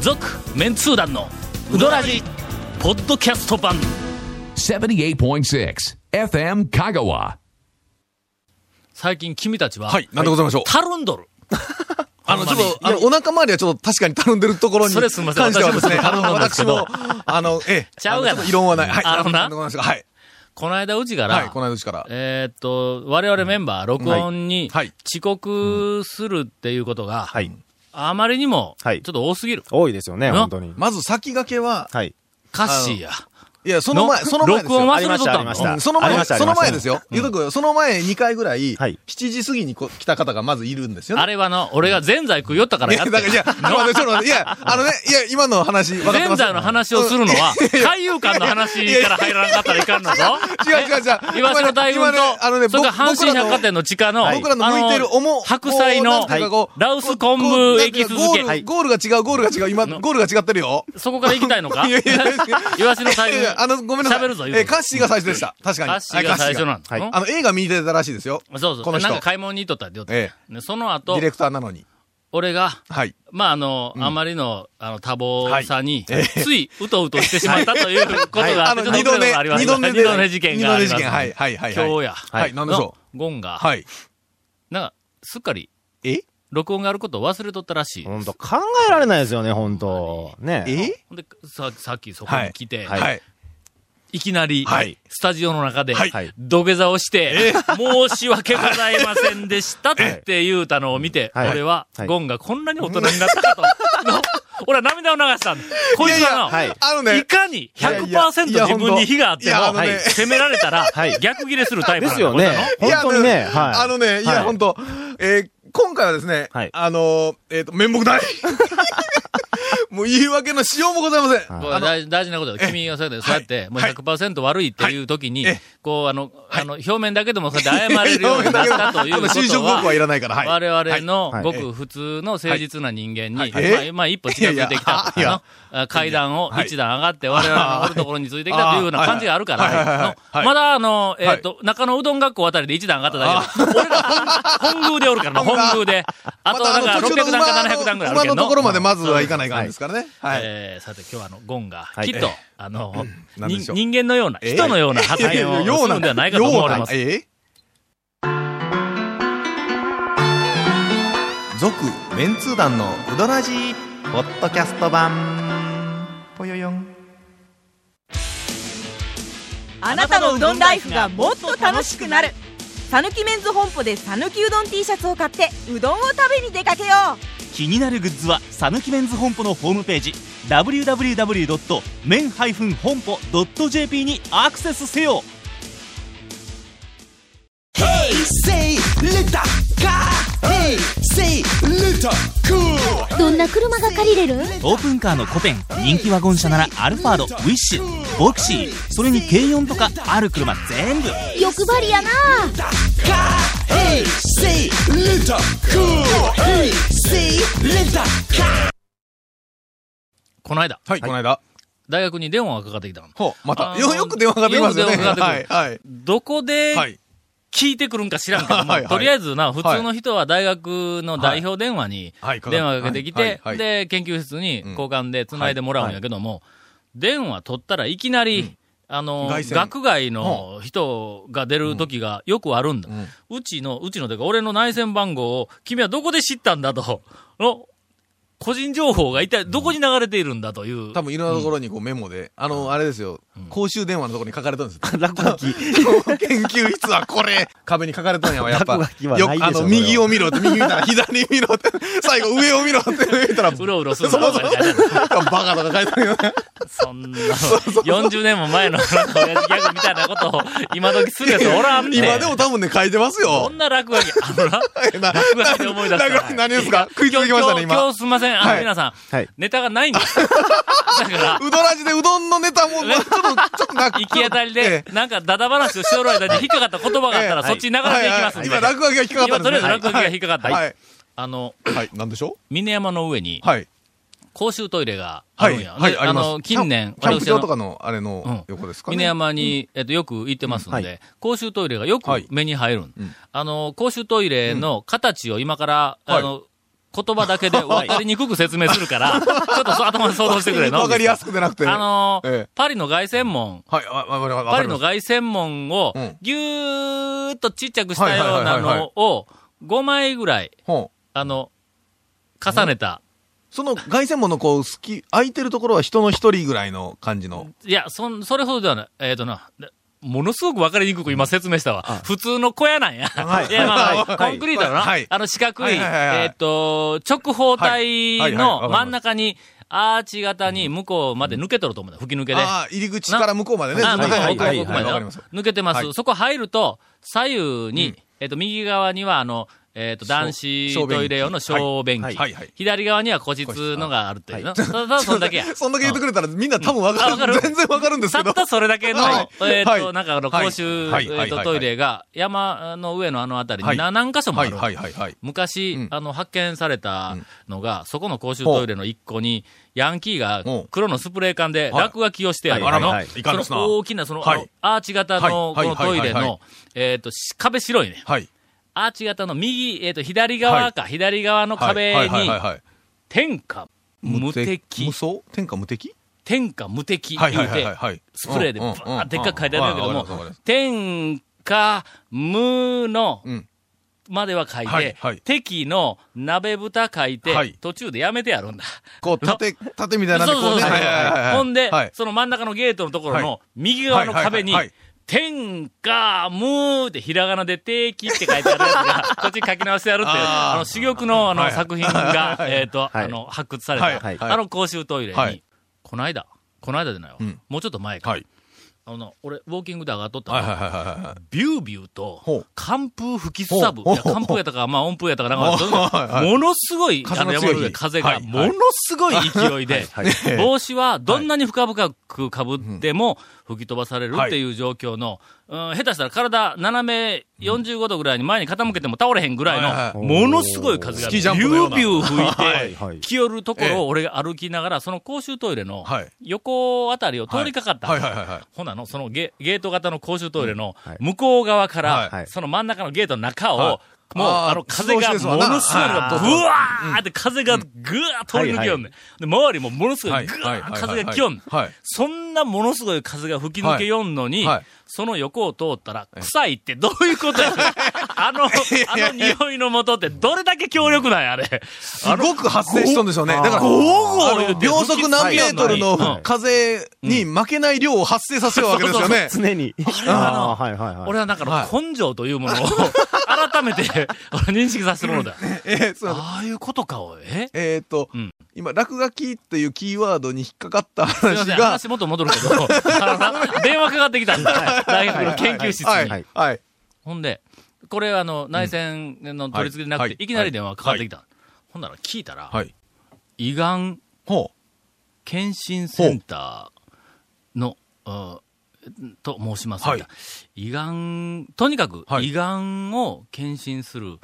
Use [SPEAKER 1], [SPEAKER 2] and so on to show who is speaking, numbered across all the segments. [SPEAKER 1] 続メンツー団のウドラジポッドキャスト版
[SPEAKER 2] 78.6 FM Kagawa.
[SPEAKER 1] 最近君たちは、
[SPEAKER 3] はい、なんでございましょう。
[SPEAKER 1] たるんどる
[SPEAKER 3] あの、ちょっと、あ
[SPEAKER 1] あの
[SPEAKER 3] の、お腹周りはちょっと確かにたるんでるところに。
[SPEAKER 1] それすみません
[SPEAKER 3] 関してはですね、
[SPEAKER 1] 私も
[SPEAKER 3] あの、
[SPEAKER 1] 私
[SPEAKER 3] 私
[SPEAKER 1] も
[SPEAKER 3] も、あの、ええ。
[SPEAKER 1] ちゃうがな
[SPEAKER 3] あのちょっと異論はない。はい。
[SPEAKER 1] あのな
[SPEAKER 3] んでございますがはい。
[SPEAKER 1] この間うちから、
[SPEAKER 3] はい、この間うちから。
[SPEAKER 1] えーっと、我々メンバー、録音に
[SPEAKER 3] はい
[SPEAKER 1] 遅刻するっていうことが、
[SPEAKER 4] はい。
[SPEAKER 1] あまりにも、ちょ
[SPEAKER 4] は
[SPEAKER 1] っ
[SPEAKER 4] い
[SPEAKER 1] と多すぎる。
[SPEAKER 4] 多いですよね、
[SPEAKER 1] な
[SPEAKER 4] 本当に。
[SPEAKER 3] まず先駆けは、
[SPEAKER 4] はい。
[SPEAKER 1] カッシーや。
[SPEAKER 3] いや、その前、
[SPEAKER 1] の
[SPEAKER 3] その前です
[SPEAKER 1] 録音
[SPEAKER 3] よ。
[SPEAKER 1] は忘れとった
[SPEAKER 4] あり
[SPEAKER 1] の
[SPEAKER 4] ましたありました
[SPEAKER 3] うんその
[SPEAKER 4] あり
[SPEAKER 3] 前、
[SPEAKER 4] ましたあ
[SPEAKER 3] そ
[SPEAKER 4] り
[SPEAKER 3] の
[SPEAKER 4] ました
[SPEAKER 3] 前ですよ。ゆうとくん、その前2回ぐらい、
[SPEAKER 4] はい
[SPEAKER 3] 7時過ぎにこ来た方がまずいるんですよね。
[SPEAKER 1] あれはな、俺がぜんざい食いよったから
[SPEAKER 3] い
[SPEAKER 1] や
[SPEAKER 3] や、
[SPEAKER 1] っ
[SPEAKER 3] だ
[SPEAKER 1] て。
[SPEAKER 3] から、いや、ちょっと待って、ちょっと待って、いや、あのね、いや、今の話、分かって
[SPEAKER 1] ぜん
[SPEAKER 3] ます。
[SPEAKER 1] ざいの話をするのは、海遊館の話から入らなかったらいかんのぞ。
[SPEAKER 3] 違う違う 違う。
[SPEAKER 1] 岩下大
[SPEAKER 3] 今
[SPEAKER 1] 軍
[SPEAKER 3] ねあの
[SPEAKER 1] と、
[SPEAKER 3] ね、
[SPEAKER 1] それから阪
[SPEAKER 3] 僕
[SPEAKER 1] 神
[SPEAKER 3] らの
[SPEAKER 1] 百貨店の地下の、
[SPEAKER 3] 僕らの向いてる
[SPEAKER 1] あの
[SPEAKER 3] 思う。
[SPEAKER 1] 白菜の
[SPEAKER 3] こうなんていうかこう
[SPEAKER 1] ラウス昆布エキス漬
[SPEAKER 3] こう
[SPEAKER 1] け
[SPEAKER 3] なんていうかゴールゴールが違う、ゴールが違う、今、ゴールが違ってるよ。
[SPEAKER 1] そこから行きたいのか
[SPEAKER 3] いやいやいや
[SPEAKER 1] イワシの最
[SPEAKER 3] いやいや
[SPEAKER 1] 初。
[SPEAKER 3] あの、ごめんなさい。
[SPEAKER 1] 喋るぞ、
[SPEAKER 3] え
[SPEAKER 1] 言う
[SPEAKER 3] ー
[SPEAKER 1] ぞ
[SPEAKER 3] カッシーが最初でした。確かに。
[SPEAKER 1] カッシーが最初なんです
[SPEAKER 3] はい
[SPEAKER 1] の
[SPEAKER 3] あの、映画見に出てたらしいですよ。
[SPEAKER 1] そうそ
[SPEAKER 3] こ
[SPEAKER 1] う。な
[SPEAKER 3] の
[SPEAKER 1] ん
[SPEAKER 3] 人。
[SPEAKER 1] か買い物に行っとったって言って、
[SPEAKER 3] え
[SPEAKER 1] でその
[SPEAKER 3] え。デ
[SPEAKER 1] 後
[SPEAKER 3] ィ、レクターなのに。
[SPEAKER 1] 俺が、
[SPEAKER 3] はい。
[SPEAKER 1] まあ、あの、あまりの、あの、多忙さに、
[SPEAKER 3] はいええ
[SPEAKER 1] つい、うとうとしてしまったということがあ
[SPEAKER 3] あ
[SPEAKER 1] って、
[SPEAKER 3] の、
[SPEAKER 1] ちょっ
[SPEAKER 3] 二
[SPEAKER 1] と
[SPEAKER 3] 度
[SPEAKER 1] 遅れ
[SPEAKER 3] 目
[SPEAKER 1] がありま、し
[SPEAKER 3] 二
[SPEAKER 1] た
[SPEAKER 3] 度目で。
[SPEAKER 1] 二度寝事件があり
[SPEAKER 3] 二
[SPEAKER 1] ま
[SPEAKER 3] 度
[SPEAKER 1] す
[SPEAKER 3] 目事件。はい、はい、はい。はい
[SPEAKER 1] 今日や。
[SPEAKER 3] はい、なんでし
[SPEAKER 1] の
[SPEAKER 3] ょ
[SPEAKER 1] ゴンが
[SPEAKER 3] う。、はい。
[SPEAKER 1] なんか、すっかり、
[SPEAKER 3] え
[SPEAKER 1] 録音があることを忘れとったらしい。
[SPEAKER 4] 本当考えられないですよね、本当ね。
[SPEAKER 3] え
[SPEAKER 1] ほんで、ささっきそこに来て、
[SPEAKER 4] はいい
[SPEAKER 3] はい。
[SPEAKER 1] きなり、
[SPEAKER 3] はい
[SPEAKER 1] スタジオの中で、
[SPEAKER 3] はい
[SPEAKER 1] 土下座をして、申し訳ございませんでしたって言うたのを見て、
[SPEAKER 4] はい
[SPEAKER 1] 俺は、
[SPEAKER 4] はい
[SPEAKER 1] ゴンがこんなに大人になったかと。の俺は涙を流したんだ。こいつはな、
[SPEAKER 4] はいい
[SPEAKER 3] あのね、
[SPEAKER 1] かに
[SPEAKER 3] いや
[SPEAKER 1] 100%
[SPEAKER 3] いや
[SPEAKER 1] 自分に火があって
[SPEAKER 3] いや
[SPEAKER 1] も、
[SPEAKER 3] あのね
[SPEAKER 1] はい責められたら
[SPEAKER 4] はい、
[SPEAKER 1] 逆切れするタイプ
[SPEAKER 4] で
[SPEAKER 1] なんだ
[SPEAKER 4] すよね。
[SPEAKER 3] い
[SPEAKER 4] 本
[SPEAKER 3] や
[SPEAKER 4] 当にね。はい。
[SPEAKER 3] あのね、い
[SPEAKER 4] は
[SPEAKER 3] や、本当えー今回はですね、
[SPEAKER 4] はい
[SPEAKER 3] あのー、えっ、と、面目 ない。もう言い訳のしようもございません。
[SPEAKER 1] こ
[SPEAKER 4] は
[SPEAKER 1] う大事大事なことだよ。君がそうやって、そうやって、もう
[SPEAKER 3] はい
[SPEAKER 1] 100%悪いっていう時に
[SPEAKER 3] はいえ、
[SPEAKER 1] こう、あの、あの、表面だけでもそうやって謝れるようにな ったというこ
[SPEAKER 3] この就
[SPEAKER 1] と
[SPEAKER 3] 職僕
[SPEAKER 1] は
[SPEAKER 3] はい、らないから、はい。
[SPEAKER 1] 我々の
[SPEAKER 4] はい
[SPEAKER 1] ごく普通の誠実な人間に、
[SPEAKER 3] はい
[SPEAKER 1] まあ
[SPEAKER 3] え
[SPEAKER 1] まあ、一歩近づいてきた
[SPEAKER 3] いや
[SPEAKER 1] あ
[SPEAKER 3] いやいや
[SPEAKER 1] のあ階段を
[SPEAKER 3] はい
[SPEAKER 1] 一段上がって、我々のおるところについてきた
[SPEAKER 3] はい
[SPEAKER 1] というふうな感じがあるか
[SPEAKER 3] はいはいはい
[SPEAKER 1] ら
[SPEAKER 3] は、
[SPEAKER 1] あの
[SPEAKER 3] い
[SPEAKER 1] まだ、あの、えっと、中野うどん学校あたりで一段上がっただけで、俺ら本本宮でおるからな、
[SPEAKER 3] 本宮
[SPEAKER 1] 本宮で。あと、なんか
[SPEAKER 3] またあの途中の
[SPEAKER 1] 600段か700
[SPEAKER 3] 馬
[SPEAKER 1] 段
[SPEAKER 3] の
[SPEAKER 1] ぐらいある
[SPEAKER 3] 馬
[SPEAKER 1] けど
[SPEAKER 3] のところまでまずは
[SPEAKER 1] うん
[SPEAKER 3] 行かないかんですからね。はい。
[SPEAKER 1] えーさて今日はあの、ゴンが、
[SPEAKER 4] い
[SPEAKER 1] きっと、あの、
[SPEAKER 3] 何
[SPEAKER 1] に
[SPEAKER 3] でしょう
[SPEAKER 1] 人間のような、
[SPEAKER 3] えー
[SPEAKER 1] 人のような発言をするんではないかと思われます。
[SPEAKER 3] ようなえ続、メンツー団のうどらじ
[SPEAKER 4] ポッドキャスト版。ぽよよん。
[SPEAKER 5] あなたのうどんライフがもっと楽しくなるさぬきメンズ本舗でさぬきうどん T シャツを買ってうどんを食べに出かけよ
[SPEAKER 6] 気になるグッズはさぬきメンズ本舗のホームページ www.men-honpo.jp にアクセスせよ
[SPEAKER 7] Say letter car Hey say letter cool
[SPEAKER 8] どんな車が借りれる
[SPEAKER 6] オープンカーのコペン人気ワゴン車ならアルファードウィッシュボクシーそれに軽4とかある車全部
[SPEAKER 8] 欲張りやな
[SPEAKER 7] Hey say letter cool Hey say letter
[SPEAKER 1] この間、
[SPEAKER 3] はい、この間。
[SPEAKER 1] 大学に電話がかかってきたの。
[SPEAKER 3] ほう、また
[SPEAKER 1] あ。ー
[SPEAKER 3] よ、 よく電話が出ますよね。
[SPEAKER 1] よく電話がかかって
[SPEAKER 3] はい、
[SPEAKER 1] くる
[SPEAKER 3] はい。
[SPEAKER 1] どこで
[SPEAKER 3] はい。
[SPEAKER 1] 聞いてくるんか知らんけ ど、まあ
[SPEAKER 3] はいはい
[SPEAKER 1] とりあえずな、普通の人は大学の代表電話に
[SPEAKER 3] はいはいかか
[SPEAKER 1] 電話かけてきて
[SPEAKER 3] は、いはい
[SPEAKER 1] で、研究室に交換で繋いでもらうんやけども、電話取ったらいきなり、あの、
[SPEAKER 3] 外線
[SPEAKER 1] 学外の人が出る時がよくあるんだ。うちの、うちの、てか俺の内線番号を君はどこで知ったんだと、 の個人情報が一体どこに流れているんだという。
[SPEAKER 3] 多分いろんなところにこうメモで、あの、あれですよ、公衆電話のところに書かれた んですよ。
[SPEAKER 4] 落書き。
[SPEAKER 3] 研究室はこれ壁に書かれたんやわ、やっ ぱ。
[SPEAKER 4] 落書きはないでしょ
[SPEAKER 3] あの、
[SPEAKER 4] それは
[SPEAKER 3] 右を見ろって、右見たら左見ろって、最後上を見ろって見たら、
[SPEAKER 1] うろうろするの
[SPEAKER 3] そうそうバカとか書いてあるよね。
[SPEAKER 1] そんな、40年も前のなんか親父ギャグみたいなことを今時するやつおらんねん
[SPEAKER 3] 今でも多分ね、書いてます
[SPEAKER 1] そ
[SPEAKER 3] よ。
[SPEAKER 1] んな落書き、あの な、
[SPEAKER 3] な
[SPEAKER 1] 落書きで思い出した。
[SPEAKER 3] 落書き何ですか食いついてきましたね
[SPEAKER 1] 今日
[SPEAKER 3] 今
[SPEAKER 1] 今日すみません、あ
[SPEAKER 3] は
[SPEAKER 1] の
[SPEAKER 3] い
[SPEAKER 1] 皆さん
[SPEAKER 4] はい、
[SPEAKER 1] ネタがないん です。だから、
[SPEAKER 3] うどらじでうどんのネタ も、まあちょっと、ちょっとなく
[SPEAKER 1] 行き当たりで、なんかダダ話をしておる間に引っかかった言葉があったら、そっちに流れていきますんで。
[SPEAKER 3] はいはいはい今、落書きが引っか
[SPEAKER 1] 今
[SPEAKER 3] かったん
[SPEAKER 1] とりあえ
[SPEAKER 3] です
[SPEAKER 1] ず
[SPEAKER 3] ね。
[SPEAKER 1] 落書きが引っかかった。
[SPEAKER 3] はい。
[SPEAKER 1] あの、
[SPEAKER 3] はいはい。なんでしょ
[SPEAKER 1] 峰山の上に
[SPEAKER 3] う、はい。
[SPEAKER 1] 公衆トイレがあるんや。
[SPEAKER 3] はい
[SPEAKER 1] で
[SPEAKER 3] はいあります
[SPEAKER 1] の、近年、
[SPEAKER 3] キャンプ
[SPEAKER 1] 私あ
[SPEAKER 3] 場
[SPEAKER 1] の
[SPEAKER 3] とかの、あれの
[SPEAKER 1] うん
[SPEAKER 3] 横ですかね。
[SPEAKER 1] 峰山に、えっと、よく行ってますんで、
[SPEAKER 4] うんは
[SPEAKER 1] 公衆トイレがよく
[SPEAKER 3] はい
[SPEAKER 1] 目に入るん、
[SPEAKER 3] うん
[SPEAKER 1] あの、公衆トイレの形を今から、
[SPEAKER 3] はい
[SPEAKER 1] あの、言葉だ けで分かりにくく説明するから、ちょっとそう頭で想像してくれの。
[SPEAKER 3] わかりやすくでなくて。
[SPEAKER 1] あのー
[SPEAKER 3] ええ
[SPEAKER 1] パリの凱旋門、
[SPEAKER 3] はい、わ、わ、わ、わ
[SPEAKER 1] パ
[SPEAKER 3] か
[SPEAKER 1] リ
[SPEAKER 3] りま
[SPEAKER 1] の
[SPEAKER 3] す。
[SPEAKER 1] 凱旋門を
[SPEAKER 3] うん、
[SPEAKER 1] ぎゅーっとちっちゃくしたよう
[SPEAKER 3] は
[SPEAKER 1] ない
[SPEAKER 3] はいはいはいは
[SPEAKER 1] のを、5枚ぐらい、
[SPEAKER 3] ほう
[SPEAKER 1] あの、重ねた。
[SPEAKER 3] その凱旋門のこう、好き、空いてるところは人の一人ぐらいの感じの。
[SPEAKER 1] いや、そん、それほどではない。えっ、とな、でものすごく分かりにくく今説明したわ。普通の小屋なんや。
[SPEAKER 3] はい
[SPEAKER 1] いや、まあまあ、
[SPEAKER 3] はい
[SPEAKER 1] コンクリートのな、
[SPEAKER 3] はい
[SPEAKER 1] あの四角い、
[SPEAKER 3] はいはいはいは
[SPEAKER 1] え
[SPEAKER 3] い
[SPEAKER 1] っ、と、直方体
[SPEAKER 3] はいはいはいわか
[SPEAKER 1] の
[SPEAKER 3] ります
[SPEAKER 1] 真ん中に、アーチ型に向こうまで抜けとると思うんだ。吹き抜けで。
[SPEAKER 3] ああ、入り口から向こうまでね。
[SPEAKER 1] あ
[SPEAKER 3] ずっと
[SPEAKER 1] 向こう
[SPEAKER 3] はい
[SPEAKER 1] 奥まで
[SPEAKER 3] はいはいはいわかります。
[SPEAKER 1] 抜けてます、
[SPEAKER 3] はい
[SPEAKER 1] そこ入ると、左右に、
[SPEAKER 3] うん
[SPEAKER 1] えっ、と、右側には、あの、えっ、と、男子
[SPEAKER 3] 小便器
[SPEAKER 1] トイレ用の小便器。
[SPEAKER 3] はいはいはい
[SPEAKER 1] 左側には個室のがあるっていうの。ただ、ただそんだけや。
[SPEAKER 3] そんだけ言ってくれたらみんな多分わか
[SPEAKER 1] うんあわか
[SPEAKER 3] る。
[SPEAKER 1] る
[SPEAKER 3] 全然わかるんです
[SPEAKER 1] た
[SPEAKER 3] け
[SPEAKER 1] っ
[SPEAKER 3] ど。
[SPEAKER 1] たそれだけの、
[SPEAKER 3] はい
[SPEAKER 1] えっ、と、
[SPEAKER 3] はい
[SPEAKER 1] なんかあの、
[SPEAKER 3] はい
[SPEAKER 1] 公衆、
[SPEAKER 3] はい
[SPEAKER 1] え
[SPEAKER 3] はい
[SPEAKER 1] っ、と、
[SPEAKER 3] はい
[SPEAKER 1] トイレが、山の上のあのあたりに
[SPEAKER 3] はい
[SPEAKER 1] 何箇所もあ
[SPEAKER 3] は
[SPEAKER 1] る
[SPEAKER 3] い、
[SPEAKER 1] わけ。
[SPEAKER 3] はい、はい、はい。
[SPEAKER 1] 昔、
[SPEAKER 3] うん
[SPEAKER 1] あの、発見されたのが、そこの公衆トイレの一個に、ヤンキーが
[SPEAKER 3] うん
[SPEAKER 1] 黒のスプレー缶で
[SPEAKER 3] はい
[SPEAKER 1] 落書きをしてある
[SPEAKER 3] はい
[SPEAKER 1] あの、
[SPEAKER 3] はいはいいかんです
[SPEAKER 1] そ
[SPEAKER 3] な
[SPEAKER 1] の大きな、その、
[SPEAKER 3] はい
[SPEAKER 1] あのアーチ型の、
[SPEAKER 3] は
[SPEAKER 1] こ
[SPEAKER 3] い
[SPEAKER 1] の
[SPEAKER 3] はいはい
[SPEAKER 1] トイレ
[SPEAKER 3] はいはい
[SPEAKER 1] の、えっ、と、し壁白いね。
[SPEAKER 3] はい。
[SPEAKER 1] アーチ型の右、えっ、と、左側か、左側の壁
[SPEAKER 3] はいはい
[SPEAKER 1] に
[SPEAKER 3] はい、はい。
[SPEAKER 1] 天下無
[SPEAKER 3] 無
[SPEAKER 1] 敵、
[SPEAKER 3] 双天下無敵
[SPEAKER 1] 天下無敵
[SPEAKER 3] はい
[SPEAKER 1] 言
[SPEAKER 3] は
[SPEAKER 1] う
[SPEAKER 3] いは
[SPEAKER 1] て
[SPEAKER 3] いはい、はい。
[SPEAKER 1] スプレーで
[SPEAKER 3] うん
[SPEAKER 1] バ
[SPEAKER 3] うん
[SPEAKER 1] ーってでっかく書いてあるんだけど
[SPEAKER 3] うんうんうんわかり
[SPEAKER 1] も
[SPEAKER 3] ます、
[SPEAKER 1] 天下無の
[SPEAKER 3] うん、
[SPEAKER 1] までは書いて、
[SPEAKER 3] はいはい
[SPEAKER 1] 敵の鍋蓋書いて、
[SPEAKER 3] はい
[SPEAKER 1] 途中でやめてやるんだ。
[SPEAKER 3] こう、縦、縦みたいなん
[SPEAKER 1] そ
[SPEAKER 3] で
[SPEAKER 1] う
[SPEAKER 3] こ
[SPEAKER 1] そうう
[SPEAKER 3] ね。
[SPEAKER 1] そう。
[SPEAKER 3] はいはいはいはい
[SPEAKER 1] ほんで、
[SPEAKER 3] はい
[SPEAKER 1] その真ん中のゲートのところ
[SPEAKER 3] は
[SPEAKER 1] の右側の壁に、
[SPEAKER 3] はいはいはい
[SPEAKER 1] 天下無ーってひらがなで敵って書いてあるやつ が、途中書き直してやるっていう、あ
[SPEAKER 3] あー
[SPEAKER 1] の、珠玉のあの、
[SPEAKER 3] はい
[SPEAKER 1] 作品が、えっ、と、
[SPEAKER 4] はい
[SPEAKER 1] あの、発掘された、
[SPEAKER 3] はいはい
[SPEAKER 1] あの公衆トイレに、
[SPEAKER 3] はい
[SPEAKER 1] この間、この間でないよ、
[SPEAKER 3] うん
[SPEAKER 1] もうちょっと前か、
[SPEAKER 3] はい。
[SPEAKER 1] あの、俺、ウォーキングで上がっとったの、
[SPEAKER 3] はいはいはいはいはい。
[SPEAKER 1] ビュービュー
[SPEAKER 3] ほ
[SPEAKER 1] と
[SPEAKER 3] う、
[SPEAKER 1] 寒風吹きすさぶ。い
[SPEAKER 3] ほう
[SPEAKER 1] や寒風やったか、まあ音風やったかなんか、
[SPEAKER 3] ほうはいはい
[SPEAKER 1] ものすごい、
[SPEAKER 3] 風の
[SPEAKER 1] あ
[SPEAKER 3] 強い
[SPEAKER 1] 山上風
[SPEAKER 3] は
[SPEAKER 1] が、
[SPEAKER 3] い
[SPEAKER 1] ものすごい勢いで、 帽子はどんなに深々くかぶっても吹き飛ばされるっていう状況の、うん下手したら体斜め45度ぐらいに前に傾けても倒れへんぐら
[SPEAKER 3] はい
[SPEAKER 1] の、ものすごい風が、
[SPEAKER 3] ス
[SPEAKER 1] ビ
[SPEAKER 3] キー
[SPEAKER 1] ュ
[SPEAKER 3] ジャンプのよう
[SPEAKER 1] ー
[SPEAKER 3] な
[SPEAKER 1] ビュー
[SPEAKER 3] は
[SPEAKER 1] 吹
[SPEAKER 3] い
[SPEAKER 1] い
[SPEAKER 4] は
[SPEAKER 1] て、
[SPEAKER 4] い
[SPEAKER 1] 清るところを俺が歩きながら、その公衆トイレの
[SPEAKER 3] はい
[SPEAKER 1] 横あたりを通りかかった。
[SPEAKER 3] はいはいはいはい。
[SPEAKER 1] ほなの、そのゲゲート型の公衆トイレの
[SPEAKER 4] はい
[SPEAKER 1] 向こう側か
[SPEAKER 3] は
[SPEAKER 1] ら、
[SPEAKER 4] い
[SPEAKER 1] その真ん中のゲートの中を、
[SPEAKER 3] は
[SPEAKER 1] もう、
[SPEAKER 3] あー
[SPEAKER 1] あの、風が、
[SPEAKER 3] 自動車
[SPEAKER 1] もの
[SPEAKER 3] ですす
[SPEAKER 1] ごい
[SPEAKER 3] わ
[SPEAKER 1] の
[SPEAKER 3] な
[SPEAKER 1] が、ブワーって風がぐわー通り抜けよんねん。で、周りもものすご
[SPEAKER 3] はいい
[SPEAKER 1] ぐ
[SPEAKER 3] はいはい
[SPEAKER 1] わー
[SPEAKER 3] はいはい
[SPEAKER 1] 風が来よんねん。
[SPEAKER 3] はい。
[SPEAKER 1] そんなものすごい風が吹き抜けよんのに、
[SPEAKER 3] はいはい
[SPEAKER 1] その横を通ったら、臭いってどういうことや ねんあの、あの匂いの元ってどれだけ強力なんや、あ れ。
[SPEAKER 3] すごく発生しとんでしょうね。だから、
[SPEAKER 1] ゴー言うて
[SPEAKER 3] 秒速何メートル
[SPEAKER 1] うん
[SPEAKER 3] の風に負けない量を発生させようわけ ですよね。
[SPEAKER 4] 常に。ああ、はいはいはい。
[SPEAKER 1] 俺はなんか
[SPEAKER 3] は
[SPEAKER 1] の根性というも のを、改めて、俺認識させてもらった。
[SPEAKER 3] えーすいません
[SPEAKER 1] ああいうことか、おい。え
[SPEAKER 3] えーっと
[SPEAKER 1] うん、
[SPEAKER 3] 今、落書きっていうキーワードに引っかかった
[SPEAKER 1] すいま
[SPEAKER 3] 話
[SPEAKER 1] せん、
[SPEAKER 3] が、
[SPEAKER 1] 話もっと戻るけど、あの電話かかってきたんだ。大学の研究室
[SPEAKER 3] は
[SPEAKER 1] に。
[SPEAKER 3] い、はい。
[SPEAKER 1] ほんで、これあの、内戦の取り付けでな
[SPEAKER 3] は
[SPEAKER 1] くて、
[SPEAKER 3] いはい
[SPEAKER 1] いきなり電話かかってきた。ほんなら聞いたら、
[SPEAKER 3] はい。
[SPEAKER 1] 胃がん
[SPEAKER 3] ほ
[SPEAKER 1] 検診センターの、あと申しますが、
[SPEAKER 3] はい
[SPEAKER 1] 胃がん、とにかく
[SPEAKER 3] はい
[SPEAKER 1] 胃がんを検診する、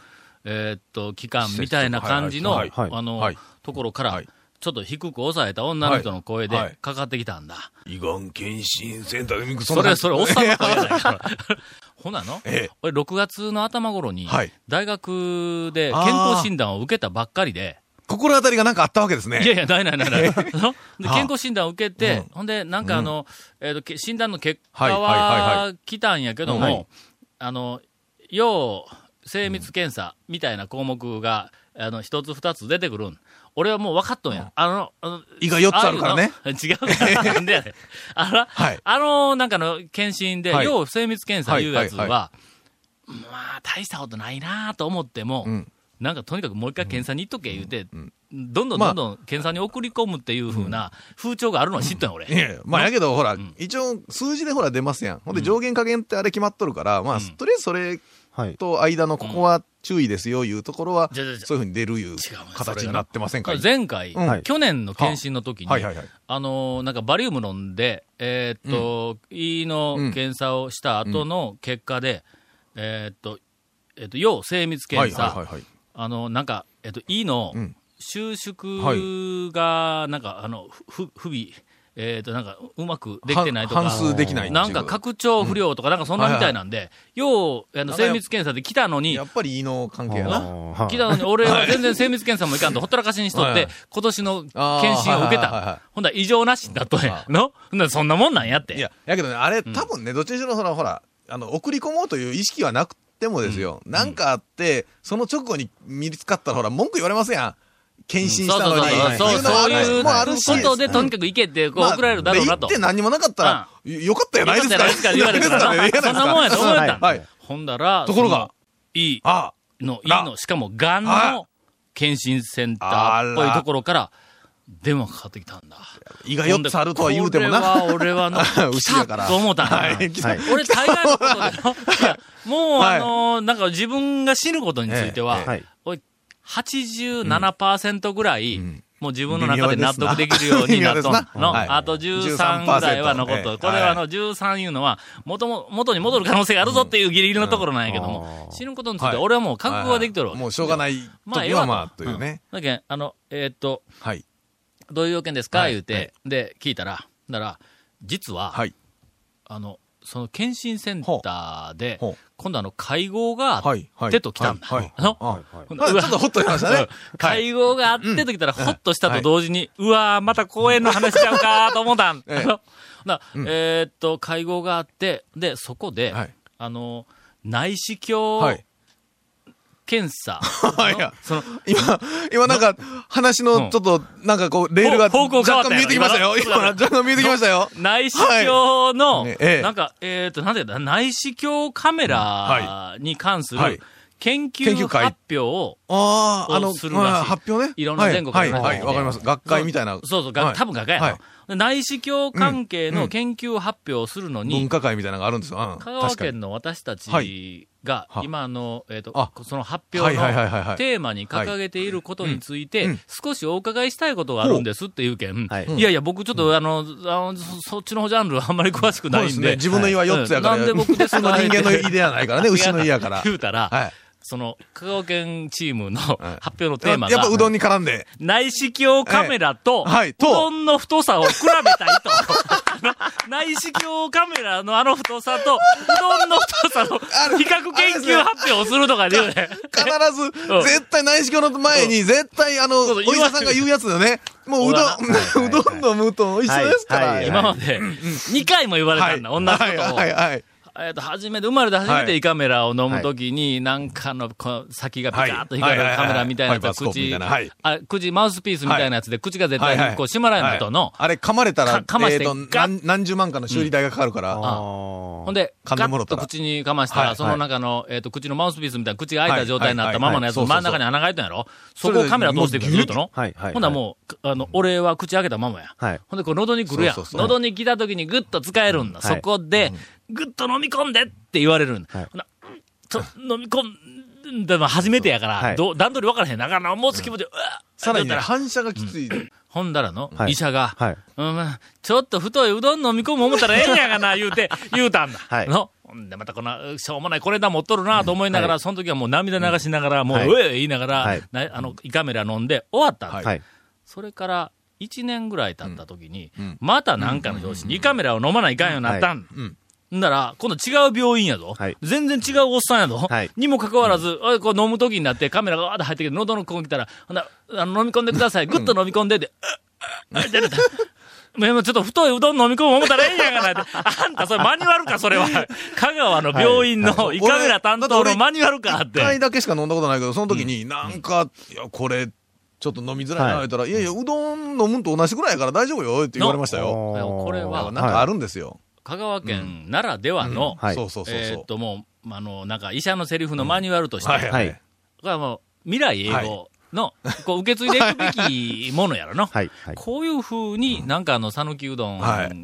[SPEAKER 1] えーっと、機関みたいな感じの、
[SPEAKER 3] はいはい
[SPEAKER 1] あの、
[SPEAKER 3] はい
[SPEAKER 1] ところから、
[SPEAKER 3] はい
[SPEAKER 1] ちょっと低く抑えた女の人の声
[SPEAKER 3] は
[SPEAKER 1] で
[SPEAKER 3] い
[SPEAKER 1] かかってきたんだ。
[SPEAKER 3] う。胃がん検診センターで、
[SPEAKER 1] それ、それ、おっさんの
[SPEAKER 3] え
[SPEAKER 1] 声や ないか。ほなの、
[SPEAKER 3] ええ
[SPEAKER 1] 俺、6月の頭頃に
[SPEAKER 3] はい、
[SPEAKER 1] 大学で健康診断を受けたばっかりで、
[SPEAKER 3] 心当たりがなんかあったわけです
[SPEAKER 1] いや
[SPEAKER 3] ね。
[SPEAKER 1] いや、ないないないない。ので健康診断を受けて、
[SPEAKER 3] う
[SPEAKER 1] ほんで、なんかあの、えっとけ、診断の結果
[SPEAKER 3] はいはいは
[SPEAKER 1] は来たんやけど
[SPEAKER 3] は
[SPEAKER 1] も
[SPEAKER 3] い、
[SPEAKER 1] あの、要精密検査みたいな項目が、あの、一つ二つ出てくるん。俺はもう分かっとんや。あの、あの
[SPEAKER 3] 胃が四つあるからね。
[SPEAKER 1] ああいうの 違うから、なんでやね んあら、
[SPEAKER 3] はい
[SPEAKER 1] あの、なんかの、検診で、
[SPEAKER 3] はい
[SPEAKER 1] 要精密検査いうやつ
[SPEAKER 3] はい
[SPEAKER 1] は、まあ、大したことないなと思っても、
[SPEAKER 3] うん
[SPEAKER 1] なんかとにかくもう一回検査に行っとけ言うて、
[SPEAKER 3] ん
[SPEAKER 1] どんどんどんどん検査に送り込むっていうふうな風潮があるのは知ったんよ、俺。
[SPEAKER 3] いやいやまあ、やけど、ほら
[SPEAKER 1] ん、
[SPEAKER 3] 一応、数字でほら出ますやん。ほんで、上限下限ってあれ決まっとるから、まあ、とりあえずそれ
[SPEAKER 4] はい。
[SPEAKER 3] と間のここは注意ですよ、いうところは、
[SPEAKER 1] じ
[SPEAKER 3] そ
[SPEAKER 1] ゃ
[SPEAKER 3] う
[SPEAKER 1] じ
[SPEAKER 3] い
[SPEAKER 1] ゃ
[SPEAKER 3] う
[SPEAKER 1] じゃ
[SPEAKER 3] ふうに出るい
[SPEAKER 1] 違う
[SPEAKER 3] う
[SPEAKER 1] わ
[SPEAKER 3] 形になってませんか
[SPEAKER 1] 前回、
[SPEAKER 3] うん
[SPEAKER 4] はい
[SPEAKER 1] 去年の検診の時に、
[SPEAKER 3] はいはいはい。
[SPEAKER 1] あのーなんかバリウム飲んで、えーっと、胃の検査をした後の結果で、えーっと、えーっと、要精密
[SPEAKER 3] はい
[SPEAKER 1] 検査、
[SPEAKER 3] はいはいはい。
[SPEAKER 1] あの、なんか、えっと、胃の
[SPEAKER 3] うん
[SPEAKER 1] 収縮が、なんか、あの、ふ、不備、えっ、と、なんか、うまくできてないとか。
[SPEAKER 3] 半数できないってい
[SPEAKER 1] な
[SPEAKER 3] うん
[SPEAKER 1] か拡張不良とか、なんかそんなみたいなんで、よう、あの、精密検査で来たのに
[SPEAKER 3] や、っぱり胃の関係やな。
[SPEAKER 7] あーは
[SPEAKER 1] 来たのに、俺は全然精密検査もいかんと、ほったらかしにしとっ
[SPEAKER 3] はい
[SPEAKER 1] て
[SPEAKER 3] はい、
[SPEAKER 1] 今年の
[SPEAKER 3] あー
[SPEAKER 1] 検診を受け
[SPEAKER 3] はいはいはいは
[SPEAKER 1] た。ほんだら異常なしになっとんや。のほんだらそんなもんなんやって。
[SPEAKER 3] いや、やけどね、あれ、多分ね、どっちにしろ、その、ほら、あの、送り込もうという意識はなくてもですよ。なんかあって、その直後に見つかったら、ほら、文句言われますやん。検診したのに。
[SPEAKER 1] そうそうそう、
[SPEAKER 3] のもあ
[SPEAKER 1] そう
[SPEAKER 3] る
[SPEAKER 1] いう
[SPEAKER 3] もうあるし
[SPEAKER 1] ことで、とにかく行けって、こう、
[SPEAKER 3] まあ
[SPEAKER 1] 送られるだろうなと。
[SPEAKER 3] で行って何もなかったら、よよかったやないですか。
[SPEAKER 1] よかったやないですか言われるからなそんなもんやと思えたん
[SPEAKER 3] はいはい。
[SPEAKER 1] ほんだら、
[SPEAKER 3] ところが
[SPEAKER 1] その、いい
[SPEAKER 3] あ
[SPEAKER 1] の、いい
[SPEAKER 3] ら
[SPEAKER 1] の、しかも、がんの
[SPEAKER 3] は
[SPEAKER 1] 検診センターっぽ
[SPEAKER 3] あ
[SPEAKER 1] い
[SPEAKER 3] ら
[SPEAKER 1] ところから、電話かかってきたんだ。
[SPEAKER 3] 胃が4つあるとは言うてもな。
[SPEAKER 1] ほんでこれは、俺はの、
[SPEAKER 3] 牛やから
[SPEAKER 1] 来たと思ったんだ。
[SPEAKER 3] はい来た
[SPEAKER 7] はい
[SPEAKER 1] 俺、大概のことでの、い や、もう、
[SPEAKER 3] はい
[SPEAKER 1] あのーなんか自分が死ぬことについては、
[SPEAKER 3] ええ
[SPEAKER 7] はい
[SPEAKER 1] おい87%ぐらい、
[SPEAKER 3] ん
[SPEAKER 1] もう自分の中で納得できるようになっとん
[SPEAKER 3] 微妙ですな
[SPEAKER 1] の、
[SPEAKER 3] はい
[SPEAKER 1] あと13ぐらいは残っとる。
[SPEAKER 3] 13%
[SPEAKER 1] これはあ
[SPEAKER 3] は
[SPEAKER 1] の13いうのは、元も、元に戻る可能性があるぞっていうギリギリのところなんやけど
[SPEAKER 7] うん
[SPEAKER 1] も
[SPEAKER 7] あ、ー
[SPEAKER 1] 死ぬことについて俺はもう覚悟ができとるわけ。
[SPEAKER 3] もうしょうがない
[SPEAKER 1] まあえ
[SPEAKER 3] 時
[SPEAKER 1] えわ
[SPEAKER 3] はまあ、というね。
[SPEAKER 1] だけんあの、えーっと、
[SPEAKER 3] はい。
[SPEAKER 1] どういう要件ですか、
[SPEAKER 3] はい
[SPEAKER 1] 言うて、
[SPEAKER 3] は
[SPEAKER 1] で、聞いたら、なら、実は、
[SPEAKER 3] はい。
[SPEAKER 1] あの、その検診センターで
[SPEAKER 3] ほうほう、
[SPEAKER 1] 今度あの、会合があっ
[SPEAKER 3] はい。はい。
[SPEAKER 1] てと来たんだ。
[SPEAKER 3] はい。
[SPEAKER 1] あの
[SPEAKER 3] はいはい
[SPEAKER 1] ほんで
[SPEAKER 3] まあ
[SPEAKER 1] う
[SPEAKER 3] ちょ
[SPEAKER 1] わ
[SPEAKER 3] っとほっとしましたね。はい。
[SPEAKER 1] 会合があってときたら、ほっとしたと同時に、うわー、また公園の話しちゃうかーと思ったん。
[SPEAKER 3] ええ
[SPEAKER 1] あのなえーっと、会合があって、で、そこで、
[SPEAKER 3] はい
[SPEAKER 1] あの、内視鏡
[SPEAKER 3] はい。
[SPEAKER 1] 検査
[SPEAKER 3] はい
[SPEAKER 1] の、その、
[SPEAKER 3] 今、今なんか、話
[SPEAKER 1] うん
[SPEAKER 3] のちょっと、なんかこう、レールが
[SPEAKER 1] ほう方向変わった
[SPEAKER 3] 若干見えてきましたよ。
[SPEAKER 1] やろ
[SPEAKER 3] 今、若干見えてきましたよ。
[SPEAKER 1] 内視鏡の、
[SPEAKER 3] はいねええ
[SPEAKER 1] なんか、えーっと、なんていうんだ、内視鏡カメラに関す
[SPEAKER 3] は
[SPEAKER 1] る
[SPEAKER 3] い
[SPEAKER 1] 研究
[SPEAKER 3] 研究会
[SPEAKER 1] 発表を、
[SPEAKER 3] ああ、あ
[SPEAKER 1] こ
[SPEAKER 3] の、
[SPEAKER 1] うするらしい
[SPEAKER 3] まあ発表ね。
[SPEAKER 1] いろんな全国の
[SPEAKER 3] はい、はい、は
[SPEAKER 1] 話
[SPEAKER 3] い
[SPEAKER 1] で
[SPEAKER 3] わかります。学会みたいな。
[SPEAKER 1] そうそう、が
[SPEAKER 3] はい
[SPEAKER 1] 多分画家やろ、
[SPEAKER 3] はい
[SPEAKER 1] で内視鏡関係の研究発表をするのに、
[SPEAKER 3] 文化会みたいなのがあるんですよ。うん
[SPEAKER 1] 香川
[SPEAKER 3] 確かに
[SPEAKER 1] 県の私た
[SPEAKER 3] は
[SPEAKER 1] ちが
[SPEAKER 3] は、
[SPEAKER 1] 今あの、えっ、と
[SPEAKER 3] あ、
[SPEAKER 1] その発
[SPEAKER 3] は
[SPEAKER 1] 表
[SPEAKER 3] い
[SPEAKER 1] の
[SPEAKER 3] はいはいはいはい
[SPEAKER 1] テーマに掲げていることについ
[SPEAKER 3] うんう
[SPEAKER 1] て
[SPEAKER 3] ん、
[SPEAKER 1] 少しお伺いしたいことがあるんですっていうけん、
[SPEAKER 7] はい
[SPEAKER 1] いやいや、僕ちょっとあの、あのそそっちのジャンルはあんまり詳しくないん
[SPEAKER 3] そう
[SPEAKER 1] で、
[SPEAKER 3] ですね自分の胃は4つやから
[SPEAKER 1] うんなんで僕ですか
[SPEAKER 3] 普通の人間の胃ではないからね牛の胃やから
[SPEAKER 1] 言うたら、
[SPEAKER 3] はい。
[SPEAKER 1] その、香川県チームの発表のテ
[SPEAKER 3] や
[SPEAKER 1] ー
[SPEAKER 3] っ
[SPEAKER 1] マ
[SPEAKER 3] ぱ
[SPEAKER 1] が、
[SPEAKER 3] うどんに絡んで。
[SPEAKER 1] 内視鏡カメラと、
[SPEAKER 3] ええはいうと
[SPEAKER 1] どんの太さを比べたいと。 内視鏡カメラのあの太さと、うどんの太さの比較研究発表をするとかで言うね。
[SPEAKER 3] 必ず、絶対内視鏡の前に、絶対あの、
[SPEAKER 1] そうそ
[SPEAKER 3] お
[SPEAKER 1] う
[SPEAKER 3] 医者さんが言うやつだよね。もううど、
[SPEAKER 7] そうん
[SPEAKER 3] う
[SPEAKER 7] だな
[SPEAKER 3] どんの無と一緒ですから。
[SPEAKER 7] はいはい
[SPEAKER 1] 今まで2回も言われたんだ、女の
[SPEAKER 3] は
[SPEAKER 1] 子
[SPEAKER 3] い
[SPEAKER 1] とも
[SPEAKER 3] はいはい。
[SPEAKER 1] えっと、初めて、生まれて初め
[SPEAKER 3] は
[SPEAKER 1] て
[SPEAKER 3] い
[SPEAKER 1] 胃カメラを飲むときに、なんかの、こう先がピカーッと
[SPEAKER 3] はい
[SPEAKER 1] 光るカメラみたいなやつ
[SPEAKER 3] はい
[SPEAKER 1] は
[SPEAKER 3] はいはい
[SPEAKER 1] 口、
[SPEAKER 3] は
[SPEAKER 1] あ、
[SPEAKER 3] い
[SPEAKER 1] 口、マウスピースみたいなやつで、口が絶対にこう閉まらないとの、
[SPEAKER 3] あれ、噛まれたら、
[SPEAKER 1] か噛まして
[SPEAKER 3] えーと
[SPEAKER 1] ガッ
[SPEAKER 3] 何何十万かの修理代がかかるから。
[SPEAKER 1] あ
[SPEAKER 7] ほ
[SPEAKER 1] ほんで、ガ
[SPEAKER 3] 噛んでも
[SPEAKER 1] ッ
[SPEAKER 3] ろ
[SPEAKER 1] と
[SPEAKER 3] たら
[SPEAKER 1] 口にかましたら、
[SPEAKER 3] はい
[SPEAKER 1] その中の、えっ、と、口のマウスピースみたいな口が開いた状態になったままのやつ、
[SPEAKER 3] はいはい
[SPEAKER 1] 真
[SPEAKER 3] は
[SPEAKER 1] ん
[SPEAKER 3] い
[SPEAKER 1] 中に穴が開いたんやろそこをカメラ通していく
[SPEAKER 3] そ
[SPEAKER 1] の、
[SPEAKER 3] れで
[SPEAKER 1] ずっとの、
[SPEAKER 7] はいはいはい
[SPEAKER 1] ほんならもう、あの、俺は口開けたままや。
[SPEAKER 7] はい
[SPEAKER 1] ほんで、こう喉に来るやん。
[SPEAKER 3] そうそうそう
[SPEAKER 1] 喉に来た時にグッと使えるんだ。
[SPEAKER 7] はい
[SPEAKER 1] そこで、グッと飲み込んでって言われるんだ。
[SPEAKER 7] はい
[SPEAKER 1] ほなちょ飲み込んで、まあ初めてやから、
[SPEAKER 7] はい
[SPEAKER 1] どう段取り分からへん。なかなか持つ気持ち、うわっ
[SPEAKER 3] さらにね、
[SPEAKER 1] だったら
[SPEAKER 3] 反射がきつい。
[SPEAKER 1] ほんだらの、
[SPEAKER 7] はい
[SPEAKER 1] 医者が、
[SPEAKER 7] はい
[SPEAKER 1] うんまあちょっと太いうどん飲み込む思ったらええんやがな、言 うて、言うたんだ。
[SPEAKER 7] はい
[SPEAKER 1] のほんで、またこの、しょうもない、これだ持っとるなと思いながら、
[SPEAKER 7] は
[SPEAKER 1] その時はもう涙流しながら、もう、
[SPEAKER 7] はいう
[SPEAKER 1] え言いながら、
[SPEAKER 7] はい
[SPEAKER 1] なあの、胃カメラ飲んで終わったんだ、
[SPEAKER 3] はい
[SPEAKER 7] はい
[SPEAKER 1] それから、1年ぐらい経った時に、
[SPEAKER 3] ん
[SPEAKER 1] またなんかの表紙に胃カメラを飲まないかんようになったんだ。
[SPEAKER 3] うん
[SPEAKER 1] んなら、今度違う病院やぞ。
[SPEAKER 7] はい
[SPEAKER 1] 全然違うおっさんやぞ。
[SPEAKER 7] はい
[SPEAKER 1] にもかかわらず、おいこう飲む時になってカメラがわーって入ってきて、喉のここに来たら、ほんなあの飲み込んでください。ぐっと飲み込んで、で、うっうっあ出てた。もうちょっと太いうどん飲み込む思ったらええんやがなって。あんた、それマニュアルか、それは。香川の病院の胃カメラ担当のマニュアルかっ
[SPEAKER 3] 一回
[SPEAKER 1] て。
[SPEAKER 3] だけしか飲んだことないけど、その時に、なんか、いや、これ、ちょっと飲みづらいな、
[SPEAKER 7] は
[SPEAKER 3] 言
[SPEAKER 7] いう
[SPEAKER 3] たら、いやいや、うどん飲むんと同じぐらいやから大丈夫よ、って言われましたよ。
[SPEAKER 1] いやこれは
[SPEAKER 3] なんかあるんですよ。
[SPEAKER 1] 香川県ならではの、
[SPEAKER 7] はい
[SPEAKER 3] そうそうそう
[SPEAKER 1] えー
[SPEAKER 3] そ
[SPEAKER 1] っと、もう、あの、なんか医者のセリフのマニュアルとし
[SPEAKER 3] う。
[SPEAKER 1] て、
[SPEAKER 7] はい
[SPEAKER 3] はい
[SPEAKER 1] これはもう、未来英語の、こう、受け継いでいくべきものやろの。
[SPEAKER 7] はいはい
[SPEAKER 1] こういうふうに、なんかあの、讃岐うどん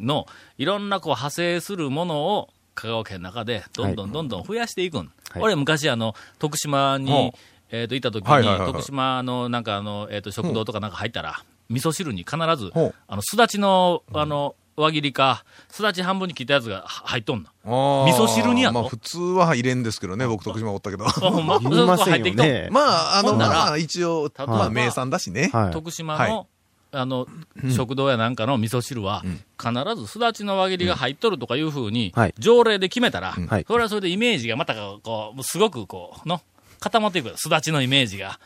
[SPEAKER 1] の、いろんなこう、派生するものを、香川県の中で、どんどんどんどん増やしていくん。
[SPEAKER 7] はい
[SPEAKER 1] 俺、昔、あの、徳島に
[SPEAKER 3] ほ、
[SPEAKER 1] えっ、と、行った時に、
[SPEAKER 3] はいはいはいはい
[SPEAKER 1] 徳島の、なんかあの、えっ、と、食堂とかなんか入ったら、味噌汁に必ず
[SPEAKER 3] ほう、
[SPEAKER 1] あの、すだちの、あの、輪切りか、すだち半分に切ったやつが入っとんの。味
[SPEAKER 3] 味
[SPEAKER 1] 噌汁にやんの
[SPEAKER 3] まあ普通は入れんですけどね、僕徳島おったけど。
[SPEAKER 1] あほんま
[SPEAKER 7] 言いません
[SPEAKER 1] 入って
[SPEAKER 7] よ
[SPEAKER 1] きとん
[SPEAKER 7] ね
[SPEAKER 3] まあ、あ
[SPEAKER 1] ほ
[SPEAKER 3] の、
[SPEAKER 1] んなら
[SPEAKER 3] まあ一応、
[SPEAKER 1] 例えば
[SPEAKER 3] まあ名産だしね。
[SPEAKER 7] はい
[SPEAKER 1] 徳島の、あの、食堂やなんかの味噌汁は、必ずすだちの輪切りが入っとるとかいうふうに
[SPEAKER 9] はい、
[SPEAKER 1] 条例で決めたら、
[SPEAKER 9] はい
[SPEAKER 1] それはそれでイメージがまたこう、もうすごくこう、の、固まっていくよすだちのイメージが。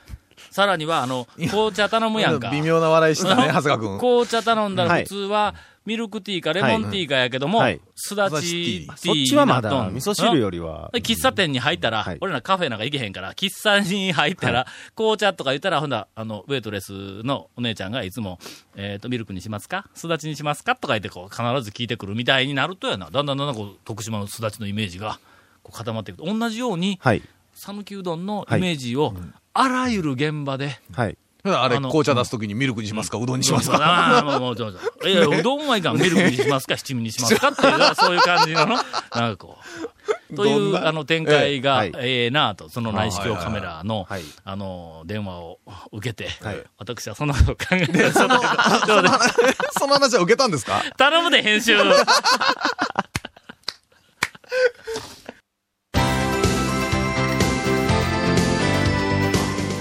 [SPEAKER 1] さらには、あの、紅茶頼むやんか。
[SPEAKER 3] 微妙な笑いしてた ね、
[SPEAKER 1] うん
[SPEAKER 3] 長谷川君。
[SPEAKER 1] 紅茶頼んだら
[SPEAKER 9] はい
[SPEAKER 1] 普通は、ミルクティーかレモンティーかやけども
[SPEAKER 9] はいはい、
[SPEAKER 1] すだ
[SPEAKER 3] すだ
[SPEAKER 1] ち
[SPEAKER 3] ち
[SPEAKER 1] テ
[SPEAKER 9] そ
[SPEAKER 1] ィ
[SPEAKER 9] っ
[SPEAKER 1] ー
[SPEAKER 9] ちはま
[SPEAKER 1] になっ
[SPEAKER 9] だ、
[SPEAKER 1] とん
[SPEAKER 9] 味噌汁よりは
[SPEAKER 1] で、喫茶店に入ったら、
[SPEAKER 9] はい
[SPEAKER 1] 俺らカフェなんか行けへんから、喫茶に入ったら、紅茶とか言ったら、ほんだあの、ウェイトレスのお姉ちゃんがいつも、えっ、と、ミルクにしますかすだちにしますかとか言って、こう、必ず聞いてくるみたいになるとやな。だんだんだんだんこう、徳島のすだちのイメージが、こう、固まっていくと。同じように、
[SPEAKER 9] はい、
[SPEAKER 1] 讃岐うどんのイメージを、あらゆる現場で、
[SPEAKER 9] はい。
[SPEAKER 3] あれ、
[SPEAKER 1] あの
[SPEAKER 3] 紅茶出すときにミルクにしますか、うどんにしますか。
[SPEAKER 1] かもう、もう、もう、もう。いや、うどんはいかん。ミルクにしますか、七味にしますかっ ていう、そういう感じの、なんかこう。という、あの、展開が、
[SPEAKER 9] え
[SPEAKER 1] え
[SPEAKER 9] えは
[SPEAKER 1] えなあと、その内視鏡カメラの
[SPEAKER 9] はい、
[SPEAKER 1] あの、電話を受けて
[SPEAKER 9] はい、
[SPEAKER 1] 私はそんなことを考えてちょっ とちょっと
[SPEAKER 3] その話は受けたんですか
[SPEAKER 1] 頼むで、編集。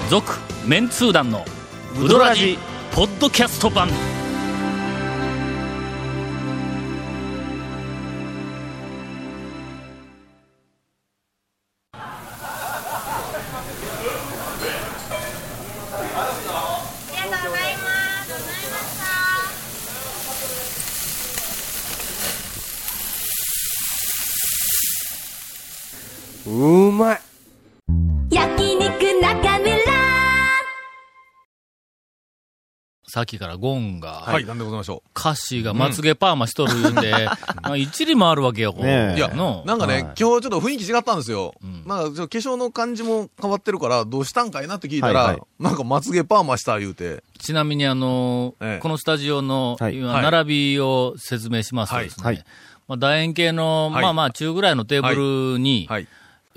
[SPEAKER 1] 続、メンツー団の、ウドラジ、ポッドキャスト版。
[SPEAKER 7] うまい
[SPEAKER 8] 焼肉中村
[SPEAKER 1] さっきからゴンが、
[SPEAKER 3] はい、なんでございましょ
[SPEAKER 1] カッシーがまつげパーマしとる言うて、 まあ一理もあるわけよ、こう
[SPEAKER 9] ねえ
[SPEAKER 3] う。いや、
[SPEAKER 1] の
[SPEAKER 3] なんかね、今日ちょっと雰囲気違ったんですよ。
[SPEAKER 1] ん
[SPEAKER 3] なんか、ちょっと化粧の感じも変わってるから、どうしたんかいなって聞いたら、
[SPEAKER 9] はいはい
[SPEAKER 3] なんか、まつげパーマした言うて。
[SPEAKER 1] ちなみにあの、
[SPEAKER 3] ええ
[SPEAKER 1] このスタジオの、
[SPEAKER 9] はい
[SPEAKER 1] 今
[SPEAKER 3] はい
[SPEAKER 1] 並びを説明しますとですね、
[SPEAKER 9] はい
[SPEAKER 1] まあ、楕円形の、
[SPEAKER 3] はい
[SPEAKER 1] まあまあ中ぐらいのテーブルに、
[SPEAKER 3] はい。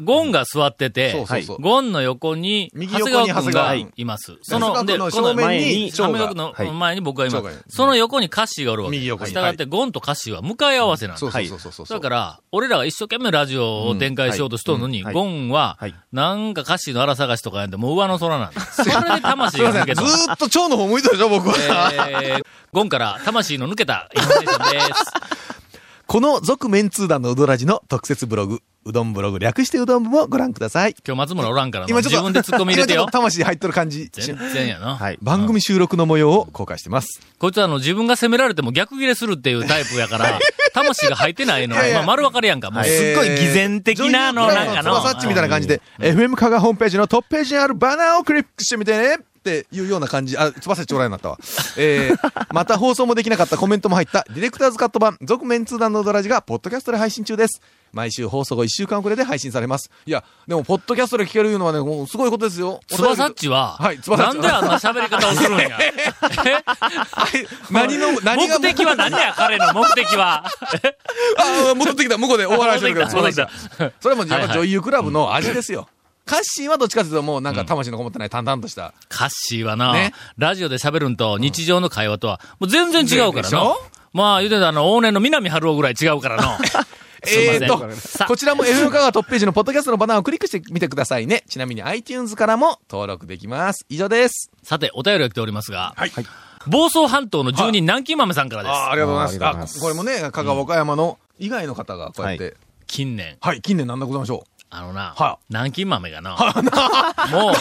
[SPEAKER 1] ゴンが座ってて、
[SPEAKER 3] そうそうそう。
[SPEAKER 1] ゴンの横に、
[SPEAKER 3] 右
[SPEAKER 1] 長谷
[SPEAKER 3] 横に
[SPEAKER 1] 川君
[SPEAKER 3] 長
[SPEAKER 1] が
[SPEAKER 3] 谷川
[SPEAKER 1] います。
[SPEAKER 3] その、
[SPEAKER 1] で、
[SPEAKER 3] で、
[SPEAKER 1] こ
[SPEAKER 3] の
[SPEAKER 1] の
[SPEAKER 3] 正面
[SPEAKER 9] 前
[SPEAKER 3] に、
[SPEAKER 9] に
[SPEAKER 3] 蝶
[SPEAKER 1] 雨
[SPEAKER 3] が
[SPEAKER 1] 学の
[SPEAKER 9] はい
[SPEAKER 1] 前に僕がいま
[SPEAKER 3] 長がい
[SPEAKER 1] す
[SPEAKER 3] る。
[SPEAKER 1] その横にカッシーがおるわけ。
[SPEAKER 3] 右横に
[SPEAKER 1] 従って、ゴンとカッシーは向かい合わせなんです
[SPEAKER 3] そうそうそうそうそう。
[SPEAKER 1] だから、俺らが一生懸命ラジオを展開しようとしとるのに、
[SPEAKER 9] うんはい
[SPEAKER 1] ゴンは
[SPEAKER 9] はい、
[SPEAKER 1] なんか歌詞の荒探しとかやんで、もう上の空なん だ。それで魂が抜け
[SPEAKER 3] ず
[SPEAKER 1] た。
[SPEAKER 3] ーっと蝶の方向いてるでしょ、僕は。
[SPEAKER 1] えー、ゴンから魂の抜けたインフォメーション です。
[SPEAKER 3] この、続メンツー団のうどらじの特設ブログ、うどんブログ略してうどん部もご覧ください。
[SPEAKER 1] 今日松村おらんからな、
[SPEAKER 3] 今ちょ
[SPEAKER 1] 自
[SPEAKER 3] っと、
[SPEAKER 1] 分で突っ込み入れて
[SPEAKER 3] 今ち
[SPEAKER 1] よ
[SPEAKER 3] ょっと。魂入っとる感じ。
[SPEAKER 1] 全然やな。
[SPEAKER 9] はい。
[SPEAKER 3] 番組収録の模様を公開してます。
[SPEAKER 1] こいつはあの、自分が責められても逆切れするっていうタイプや から、魂が入ってないのは、
[SPEAKER 3] いやいや
[SPEAKER 1] まあ丸分かりやんか、もう。
[SPEAKER 9] すっごい偽善的なあの
[SPEAKER 3] ジョニー
[SPEAKER 1] なんか
[SPEAKER 3] ク
[SPEAKER 1] の
[SPEAKER 3] ラウンの。サッチみたいな感じで、FM 加賀ホームページのトップページにあるバナーをクリックしてみてね。っていうような感じ。あ、翼ちょうらいになったわ。えー、 また放送もできなかったコメントも入った、ディレクターズカット版、続面通談のドラジが、ポッドキャストで配信中です。毎週放送後1週間遅れで配信されます。いや、でも、ポッドキャストで聞けるいうのはね、もうすごいことですよ。
[SPEAKER 1] つばさっちは、
[SPEAKER 3] はいつばさ
[SPEAKER 1] な
[SPEAKER 3] っち
[SPEAKER 1] んであんな喋り方をするんや。
[SPEAKER 3] 何の、 何が
[SPEAKER 1] 目的は何や、彼の目的は。
[SPEAKER 3] ああ、戻ってきた。向こうでお笑いしてるけど。
[SPEAKER 1] 戻ってきた戻ってきた
[SPEAKER 3] それもやっぱ
[SPEAKER 1] はいは
[SPEAKER 3] 女優クラブの味ですよ。カッシーはどっちかというともうなんか魂のこもってない淡々とした。
[SPEAKER 1] カッシーはな、
[SPEAKER 3] ね
[SPEAKER 1] ラジオで喋るんと日常の会話とは、もう全然違うから
[SPEAKER 3] でし
[SPEAKER 1] な
[SPEAKER 3] ょ。
[SPEAKER 1] まあ、言うてたあの、往年の南春夫ぐらい違うからな。
[SPEAKER 3] えー
[SPEAKER 1] すいません
[SPEAKER 3] と、こちらも FM カガトップページのポッドキャストのバナーをクリックしてみてくださいね。ちなみに iTunes からも登録できます。以上です。
[SPEAKER 1] さて、お便りが来ておりますが、房総半島の住人、南京豆さんからです。
[SPEAKER 3] ありがとうござ
[SPEAKER 9] いますあありがとうございます
[SPEAKER 3] これもね、香川岡山の以外の方がこうやっ
[SPEAKER 9] は
[SPEAKER 3] て。
[SPEAKER 1] 近年、
[SPEAKER 3] はい、近年なんだございましょ
[SPEAKER 1] あのな、
[SPEAKER 3] は
[SPEAKER 1] 南京豆がな、もう、
[SPEAKER 3] う。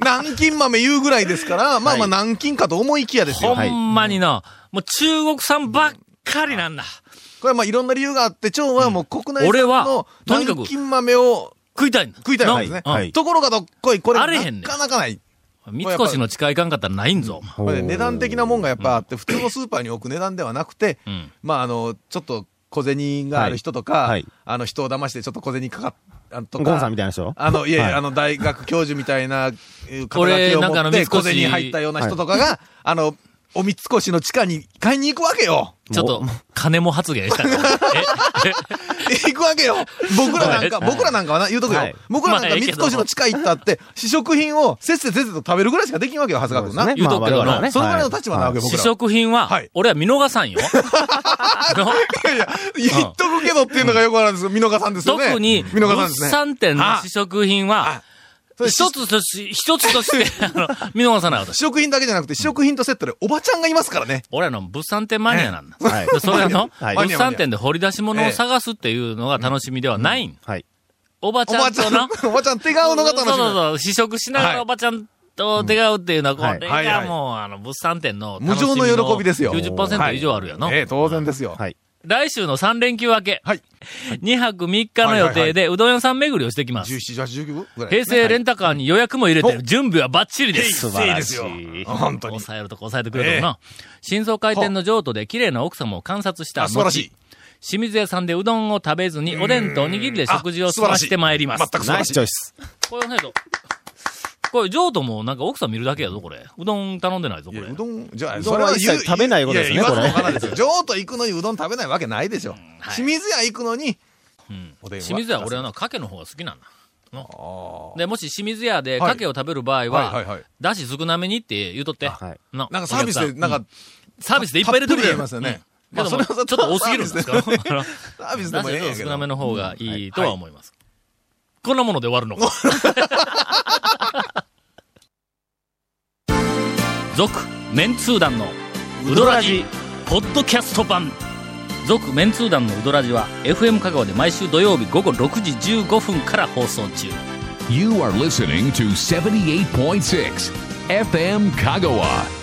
[SPEAKER 3] 南京豆言うぐらいで すから、まあまあ南京かと思いきやですよ。
[SPEAKER 1] ほんまにな、もう中国産ばっかりなんだ。
[SPEAKER 3] これはまあいろんな理由があって、蝶はもう国内
[SPEAKER 1] 俺
[SPEAKER 3] 産
[SPEAKER 1] は
[SPEAKER 3] の
[SPEAKER 1] とにかく
[SPEAKER 3] 南京豆を
[SPEAKER 1] 食いたいんだ。
[SPEAKER 3] 食いたいわけです
[SPEAKER 1] な
[SPEAKER 3] ね。
[SPEAKER 1] うん
[SPEAKER 9] はい
[SPEAKER 3] ところがどっこい、これ
[SPEAKER 1] あ
[SPEAKER 3] が
[SPEAKER 1] れへんねん
[SPEAKER 3] なかなかない。
[SPEAKER 1] 三越の誓いかんかったらないんぞ。
[SPEAKER 9] お
[SPEAKER 3] こ
[SPEAKER 9] ー
[SPEAKER 3] れ値段的なもんがやっぱあって、普通のスーパーに置く値段ではなくて、
[SPEAKER 1] うん
[SPEAKER 3] まああの、ちょっと小銭がある人とか、
[SPEAKER 9] はいはい
[SPEAKER 3] あの人を騙してちょっと小銭かかっ、あのとか、
[SPEAKER 9] ゴンさんみたいな人
[SPEAKER 3] あの、いやいや、
[SPEAKER 9] はい
[SPEAKER 3] あの、大学教授みたいな、えー肩書
[SPEAKER 1] 俺
[SPEAKER 3] きを
[SPEAKER 1] なんかあの
[SPEAKER 3] 持っ
[SPEAKER 1] 三
[SPEAKER 3] て
[SPEAKER 1] 越
[SPEAKER 3] 小銭入ったような人とかが、あの、お三越の地下に買いに行くわけよ
[SPEAKER 1] ちょっと、金も発言したから ええ
[SPEAKER 3] 行くわけよ僕らなんか、僕らなんかはな、言うとくよ、
[SPEAKER 9] はい
[SPEAKER 3] 僕らなん
[SPEAKER 1] ま
[SPEAKER 3] か
[SPEAKER 1] あええ
[SPEAKER 3] 三
[SPEAKER 1] けど
[SPEAKER 3] 越の地下行ったって、試食品をせっせせっせと食べるぐらいしかできんわけよ、長谷川君な。
[SPEAKER 1] 言うとくけどな
[SPEAKER 3] そのぐらいの立場なわけ、僕
[SPEAKER 1] 試
[SPEAKER 3] らは。
[SPEAKER 1] 食品は、
[SPEAKER 3] はい
[SPEAKER 1] 俺は見逃さんよ。 の
[SPEAKER 3] いやいや、言っとくけどっていうのがよくあるんですよ。見逃さんですよね。
[SPEAKER 1] 特に、
[SPEAKER 3] 見逃さん
[SPEAKER 1] 物
[SPEAKER 3] ですね。
[SPEAKER 1] 産店の試食品は
[SPEAKER 3] あ、それ
[SPEAKER 1] 一つとし、一つと して、あの、見逃さない私。
[SPEAKER 3] 試食品だけじゃなくて、試食品とセットでおばちゃんがいますからね。
[SPEAKER 1] 俺らの物産展マニアなんだ。
[SPEAKER 9] はい
[SPEAKER 1] でそれはの、
[SPEAKER 9] はい
[SPEAKER 1] 物産展で掘り出し物を探すっていうのが楽しみではないん。
[SPEAKER 9] はい。
[SPEAKER 1] おば
[SPEAKER 3] お
[SPEAKER 1] ちゃ
[SPEAKER 3] ば
[SPEAKER 1] ん
[SPEAKER 3] ちゃ
[SPEAKER 1] とな。
[SPEAKER 3] ん、おばちゃん手顔のが楽しみ。
[SPEAKER 1] そうそうそう、試食しなが
[SPEAKER 3] はい
[SPEAKER 1] らおばちゃんと出会うっていうのは、
[SPEAKER 9] はい
[SPEAKER 1] これ
[SPEAKER 3] はいは
[SPEAKER 1] が
[SPEAKER 3] い
[SPEAKER 1] もう、あの、物産展の
[SPEAKER 3] 無上の喜びですよ
[SPEAKER 1] 90%以上あるよな。
[SPEAKER 3] ええ、当然ですよ。
[SPEAKER 9] はい。
[SPEAKER 1] 来週の3連休明け、
[SPEAKER 3] はい。
[SPEAKER 1] 2泊3日の予定でうどん屋さん巡りをしてきます。
[SPEAKER 3] 17、18、19ぐらい。
[SPEAKER 1] 平成レンタカーに予約も入れてる。
[SPEAKER 3] お
[SPEAKER 1] 準備はバッチリです。
[SPEAKER 9] 素晴らしい。
[SPEAKER 3] 本当に。
[SPEAKER 1] 抑えるとこ抑えてくれるのな。新装開店の譲渡で綺麗な奥様を観察した
[SPEAKER 3] あ
[SPEAKER 1] 後。
[SPEAKER 3] 素晴らしい。
[SPEAKER 1] 清水屋さんでうどんを食べずに、おでんとおにぎりで食事を
[SPEAKER 3] あ
[SPEAKER 1] 済ましてまいります。
[SPEAKER 3] 全く素晴
[SPEAKER 9] ナ
[SPEAKER 3] ら
[SPEAKER 9] イ
[SPEAKER 3] し
[SPEAKER 9] ス
[SPEAKER 3] い
[SPEAKER 9] チ。ョイス。
[SPEAKER 1] これね、これ、譲渡もなんか奥さん見るだけやぞ、これ。うどん頼んでないぞ、こ
[SPEAKER 3] い
[SPEAKER 1] れ
[SPEAKER 3] や。うどん、じゃあ、
[SPEAKER 9] うどん
[SPEAKER 3] それは
[SPEAKER 9] は一切
[SPEAKER 3] 言う
[SPEAKER 9] 食べないことですね
[SPEAKER 3] やや
[SPEAKER 9] これ
[SPEAKER 3] 言わずもがなですよ。上都行くのにうどん食べないわけないでしょ。
[SPEAKER 1] はい
[SPEAKER 3] 清水屋行くのに、おでんは
[SPEAKER 1] 清水屋、俺はな、かけの方が好きなんだ。
[SPEAKER 3] あ
[SPEAKER 1] で、もし清水屋で
[SPEAKER 3] はい
[SPEAKER 1] かけを食べる場合
[SPEAKER 3] ー
[SPEAKER 1] は、
[SPEAKER 3] はいはいはい。
[SPEAKER 1] だし少なめにって言うとって。
[SPEAKER 9] はい。
[SPEAKER 1] な
[SPEAKER 3] なんかサービス
[SPEAKER 1] お
[SPEAKER 3] で、
[SPEAKER 1] 客さん
[SPEAKER 3] なんか、
[SPEAKER 1] サービスでいっぱい入れてくれ
[SPEAKER 3] たっぷり入れますよね。
[SPEAKER 1] うん
[SPEAKER 3] まあ
[SPEAKER 1] けども
[SPEAKER 3] それは
[SPEAKER 1] ちょっと多すぎるんです か
[SPEAKER 3] サービスでねサービスで
[SPEAKER 1] だ
[SPEAKER 3] もええんや
[SPEAKER 1] し
[SPEAKER 3] け
[SPEAKER 1] 少
[SPEAKER 3] ど。
[SPEAKER 1] なめの方がいいとは思います。こんなもので終わるの か。続、メンツー団のウドラジ、ポッドキャスト版。続、メンツー団のウドラジは、FM 香川で毎週土曜日午後6時15分から放送中。
[SPEAKER 2] You are listening to 78.6 FM Kagawa.